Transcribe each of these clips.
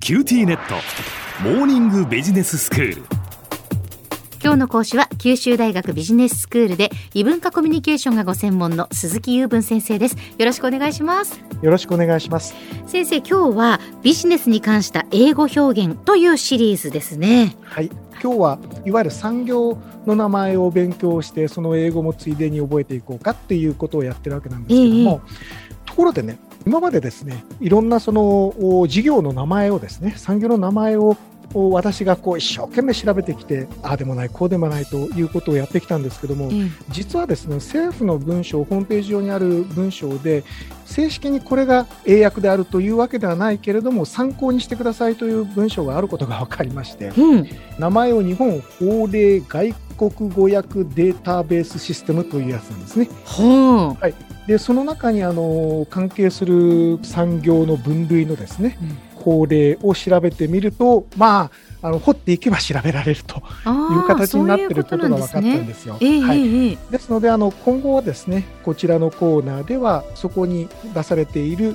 キューティーネットモーニングビジネススクール今日の講師は九州大学ビジネススクールで異文化コミュニケーションがご専門の鈴木雄文先生ですよろしくお願いしますよろしくお願いします先生今日はビジネスに関した英語表現というシリーズですねはい今日はいわゆる産業の名前を勉強してその英語もついでに覚えていこうかっていうことをやってるわけなんですけども、ところでね今までですねいろんなその事業の名前をですね産業の名前を私がこう一生懸命調べてきてああでもないこうでもないということをやってきたんですけども、ええ実はですね政府の文章ホームページ上にある文章で正式にこれが英訳であるというわけではないけれども参考にしてくださいという文章があることが分かりましてうん名前を日本法令外国語訳データベースシステムというやつなんですね。ほうでその中にあの関係する産業の分類のですね、法令を調べてみるとまああの掘っていけば調べられるとあいーう形になっていることが分かっそたういうんこですよ。となんですねええはいええええですのであの今後はですねこちらのコーナーではそこに出されている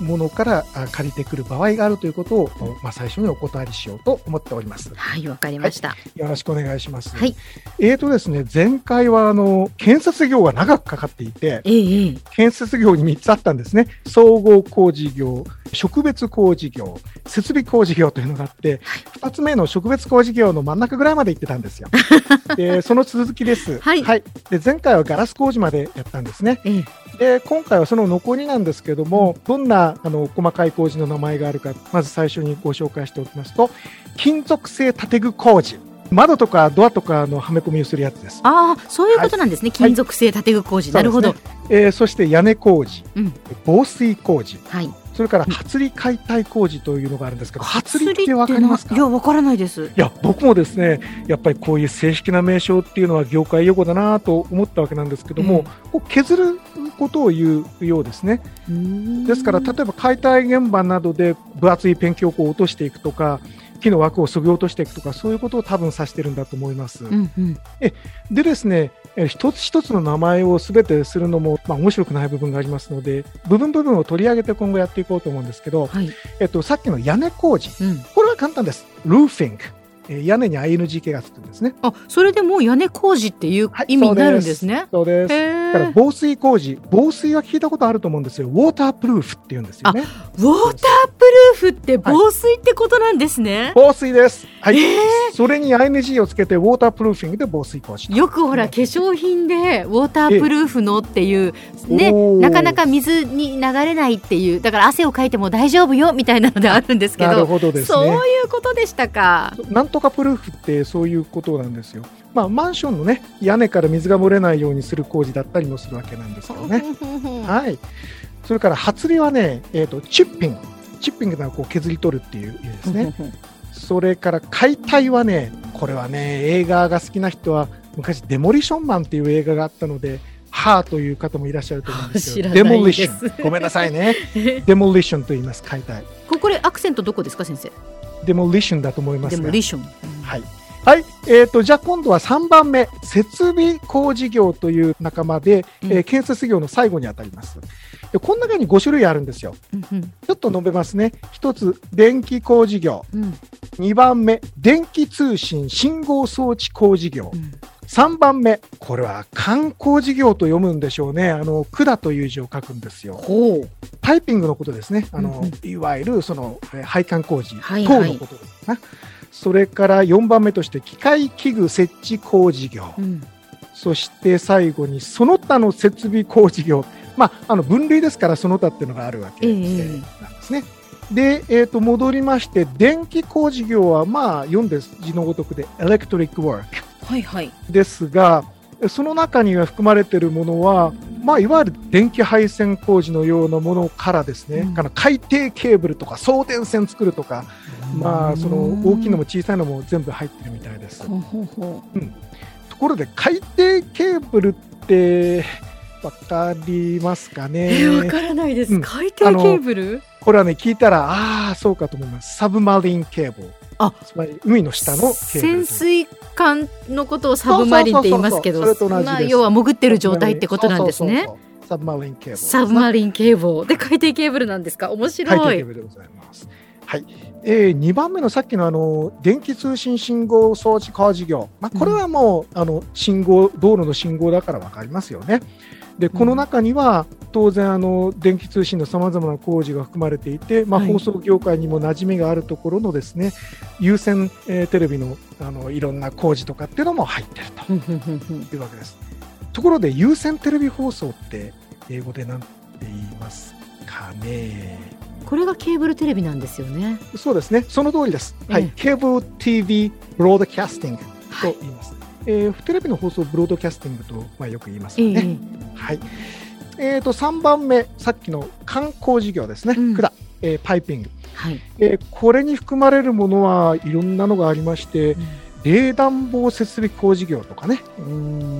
ものからあ借りてくる場合があるということを、まあ、最初にお断りしようと思っております。はいわかりました、よろしくお願いします。はいえーとですね、前回はあの建設業が長くかかっていて、ええええ建設業に3つあったんですね。総合工事業、植別工事業、設備工事業というのがあって、2つ目の植別工事業の真ん中ぐらいまで行ってたん ですよ。でその続きです。はいで前回はガラス工事までやったんですね。ええで今回はその残りなんですけども、どんなあの細かい工事の名前があるか、まず最初にご紹介しておきますと、金属製建具工事、窓とかドアとかのはめ込みをするやつです。ああそういうことなんですね、金属製建具工事、なるほど、そうですねえーそして屋根工事、うん防水工事、はいそれからうん発理解体工事というのがあるんですけど、発理ってわかりますかいやわからないですいや僕もですねやっぱりこういう正式な名称っていうのは業界用語だなと思ったわけなんですけども、こう削ることを言うようですねでですから例えば解体現場などで分厚いペンキをこう落としていくとか木の枠を削ぎ落としていくとかそういうことを多分指してるんだと思います。うんうんでですねえー一つ一つの名前を全てするのも、まあ、面白くない部分がありますので部分部分を取り上げて今後やっていこうと思うんですけど、はいえっと、さっきの屋根工事うんこれは簡単です。ルーフィング。えー屋根に INGK がつくんですね。あそれでもう屋根工事っていうはい意味になるんですね、そうです。だからへえ防水工事、防水は聞いたことあると思うんですよ。ウォータープルーフって言うんですよね。ウォータープルーフって防水ってことなんですね、防水です。はい。えそれに ING をつけてウォータープルーフィングで防水工事と。よくほら化粧品でウォータープルーフのっていうねおーなかなか水に流れないっていうだから汗をかいても大丈夫よみたいなのであるんですけなるどほどですそうね。いうことでしたかなんとかプルーフってそういうことなんですよ。まあマンションのね屋根から水が漏れないようにする工事だったりもするわけなんですけどね。はい。それから発理はね、えっ、とチッピング、チッピングというのはこう削り取るっていう意味ですね。それから解体はね、これはね、映画が好きな人は、昔、デモリションマンっていう映画があったので、はぁという方もいらっしゃると思うんですけど、知らデないモでリすシ ョン。ごめんなさいね。デモリションと言います、解体。ここでアクセントどこですか先生デモリションだと思いまですもが。リションはい。はい。えっ、と、じゃあ今度は3番目、設備工事業という仲間で、えーうん建設業の最後にあたります。で、この中に5種類あるんですよ。うんうんちょっと述べますね。1つ、電気工事業。うん2番目、電気通信信号装置工事業う。ん3番目、これは観光事業と読むんでしょうね。あの、管という字を書くんですよ。ほうタイピングのことですね。あの、うんいわゆるその、えー配管工事、はい工はいのことですな。それから4番目として、機械器具設置工事業。うんそして最後に、その他の設備工事業。まあ、あの、分類ですから、その他っていうのがあるわけええなんですね。で、えっ、と、戻りまして、電気工事業は、まあ、読んで字のごとくで、エレクトリックワーク。はいはいですが、その中には含まれているものは、まあ、いわゆる電気配線工事のようなものからですね、うんあの海底ケーブルとか送電線作るとか、まあ、その大きいのも小さいのも全部入ってるみたいです。ほうほうほところで、海底ケーブルって、わかりますかうね、えーわからないですうん海底ケーブルこれはね、聞いたら、ああ、そうかと思います。サブマリンケーブル。あつまり海の下のケーブルという。潜水艦のことをサブマリンって言いますけどそうそうそうそうそれと同じですまあ要は潜ってる状態ってことなんですねそうそうそうそう。サブマリンケーブルですね。サブマリン警報で海底ケーブルなんですか面白い海底ケーブルでございます。えー、2番目のさっきのあの電気通信信号装置工事業、まあ、これはもう、あの信号道路の信号だから分かりますよね。でこの中には当然あの電気通信のさまざまな工事が含まれていて、まあ、はい放送業界にも馴染みがあるところのですね、有線、えーテレビのあのいろんな工事とかっていうのも入ってるふんふんふんふんというわけです。ところで有線テレビ放送って英語で何て言いますかね。これがケーブルテレビなんですよね。そうですね、その通りです。はええい、ケーブル TV ブロードキャスティングはとい。言います。えーテレビの放送をブロードキャスティングと、まあ、よく言いますえよえね。はい。えーと3番目、さっきの観光事業ですね、うん管、えーパイピング、はい。えーこれに含まれるものはいろんなのがありまして、冷暖房設備工事業とかね、う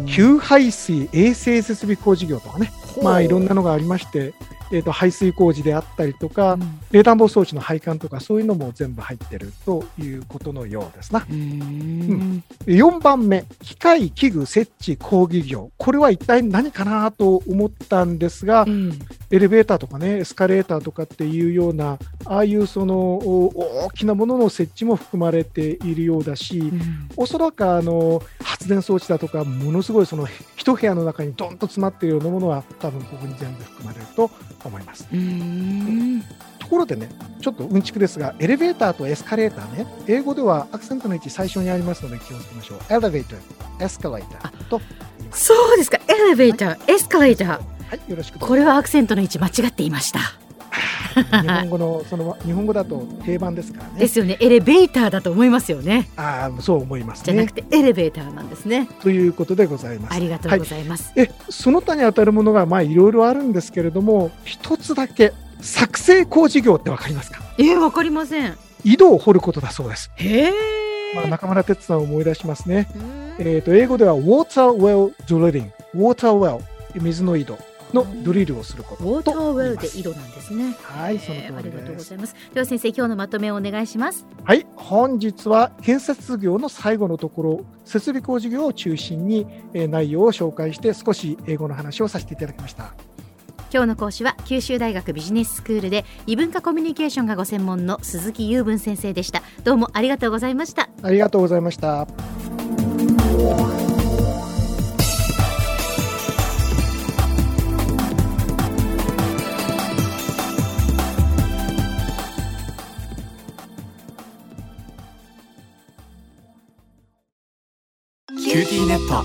ん給排水衛生設備工事業とかね、まあ、いろんなのがありまして、えーと排水工事であったりとか、冷暖房装置の配管とかそういうのも全部入ってるということのようですな。うん4番目、機械器具設置工技業。これは一体何かなと思ったんですがう、んエレベーターとかね、エスカレーターとかっていうような、ああいうそのお大きなものの設置も含まれているようだしう、んおそらくあの発電装置だとか、ものすごいその一部屋の中にどんと詰まっているようなものは、多分ここに全部含まれると思います。うんところでね、ちょっとうんちくですが、エレベーターとエスカレーターね、英語ではアクセントの位置最初にありますので気をつけましょう。エレベーター、エスカレーターと、そうですか。エレベーター、エスカレーター。はい、よろしくどうぞこれはアクセントの位置間違っていました。日本語の、その、日本語だと定番ですからでね。すよね。エレベーターだと思いますよね。ああ、そう思いますじゃなねく。てエレベーターなんですね。ということでございまあす。りがとうございます。え、その他に当たるものが、まあ、いろいろあるんですけれども、一つだけ、作成工事業ってわかりますかえー、わかりません。井戸を掘ることだそうです。へえ。まあ、中村哲さんを思い出しますね。うんえー、と英語では Water Well Drilling Water Well 水の井戸のドリルをするこウォーとターウとェ言ルいまです井戸なんですね。はいそのえーあ通りりがとうでごす、ざいます。では先生、今日のまとめをお願いします。はい本日は建設業の最後のところ設備工事業を中心に、えー内容を紹介して少し英語の話をさせていただきました今日の講師は九州大学ビジネススクールで異文化コミュニケーションがご専門の鈴木雄文先生でした。どうもありがとうございました。ありがとうございましたキューティーネット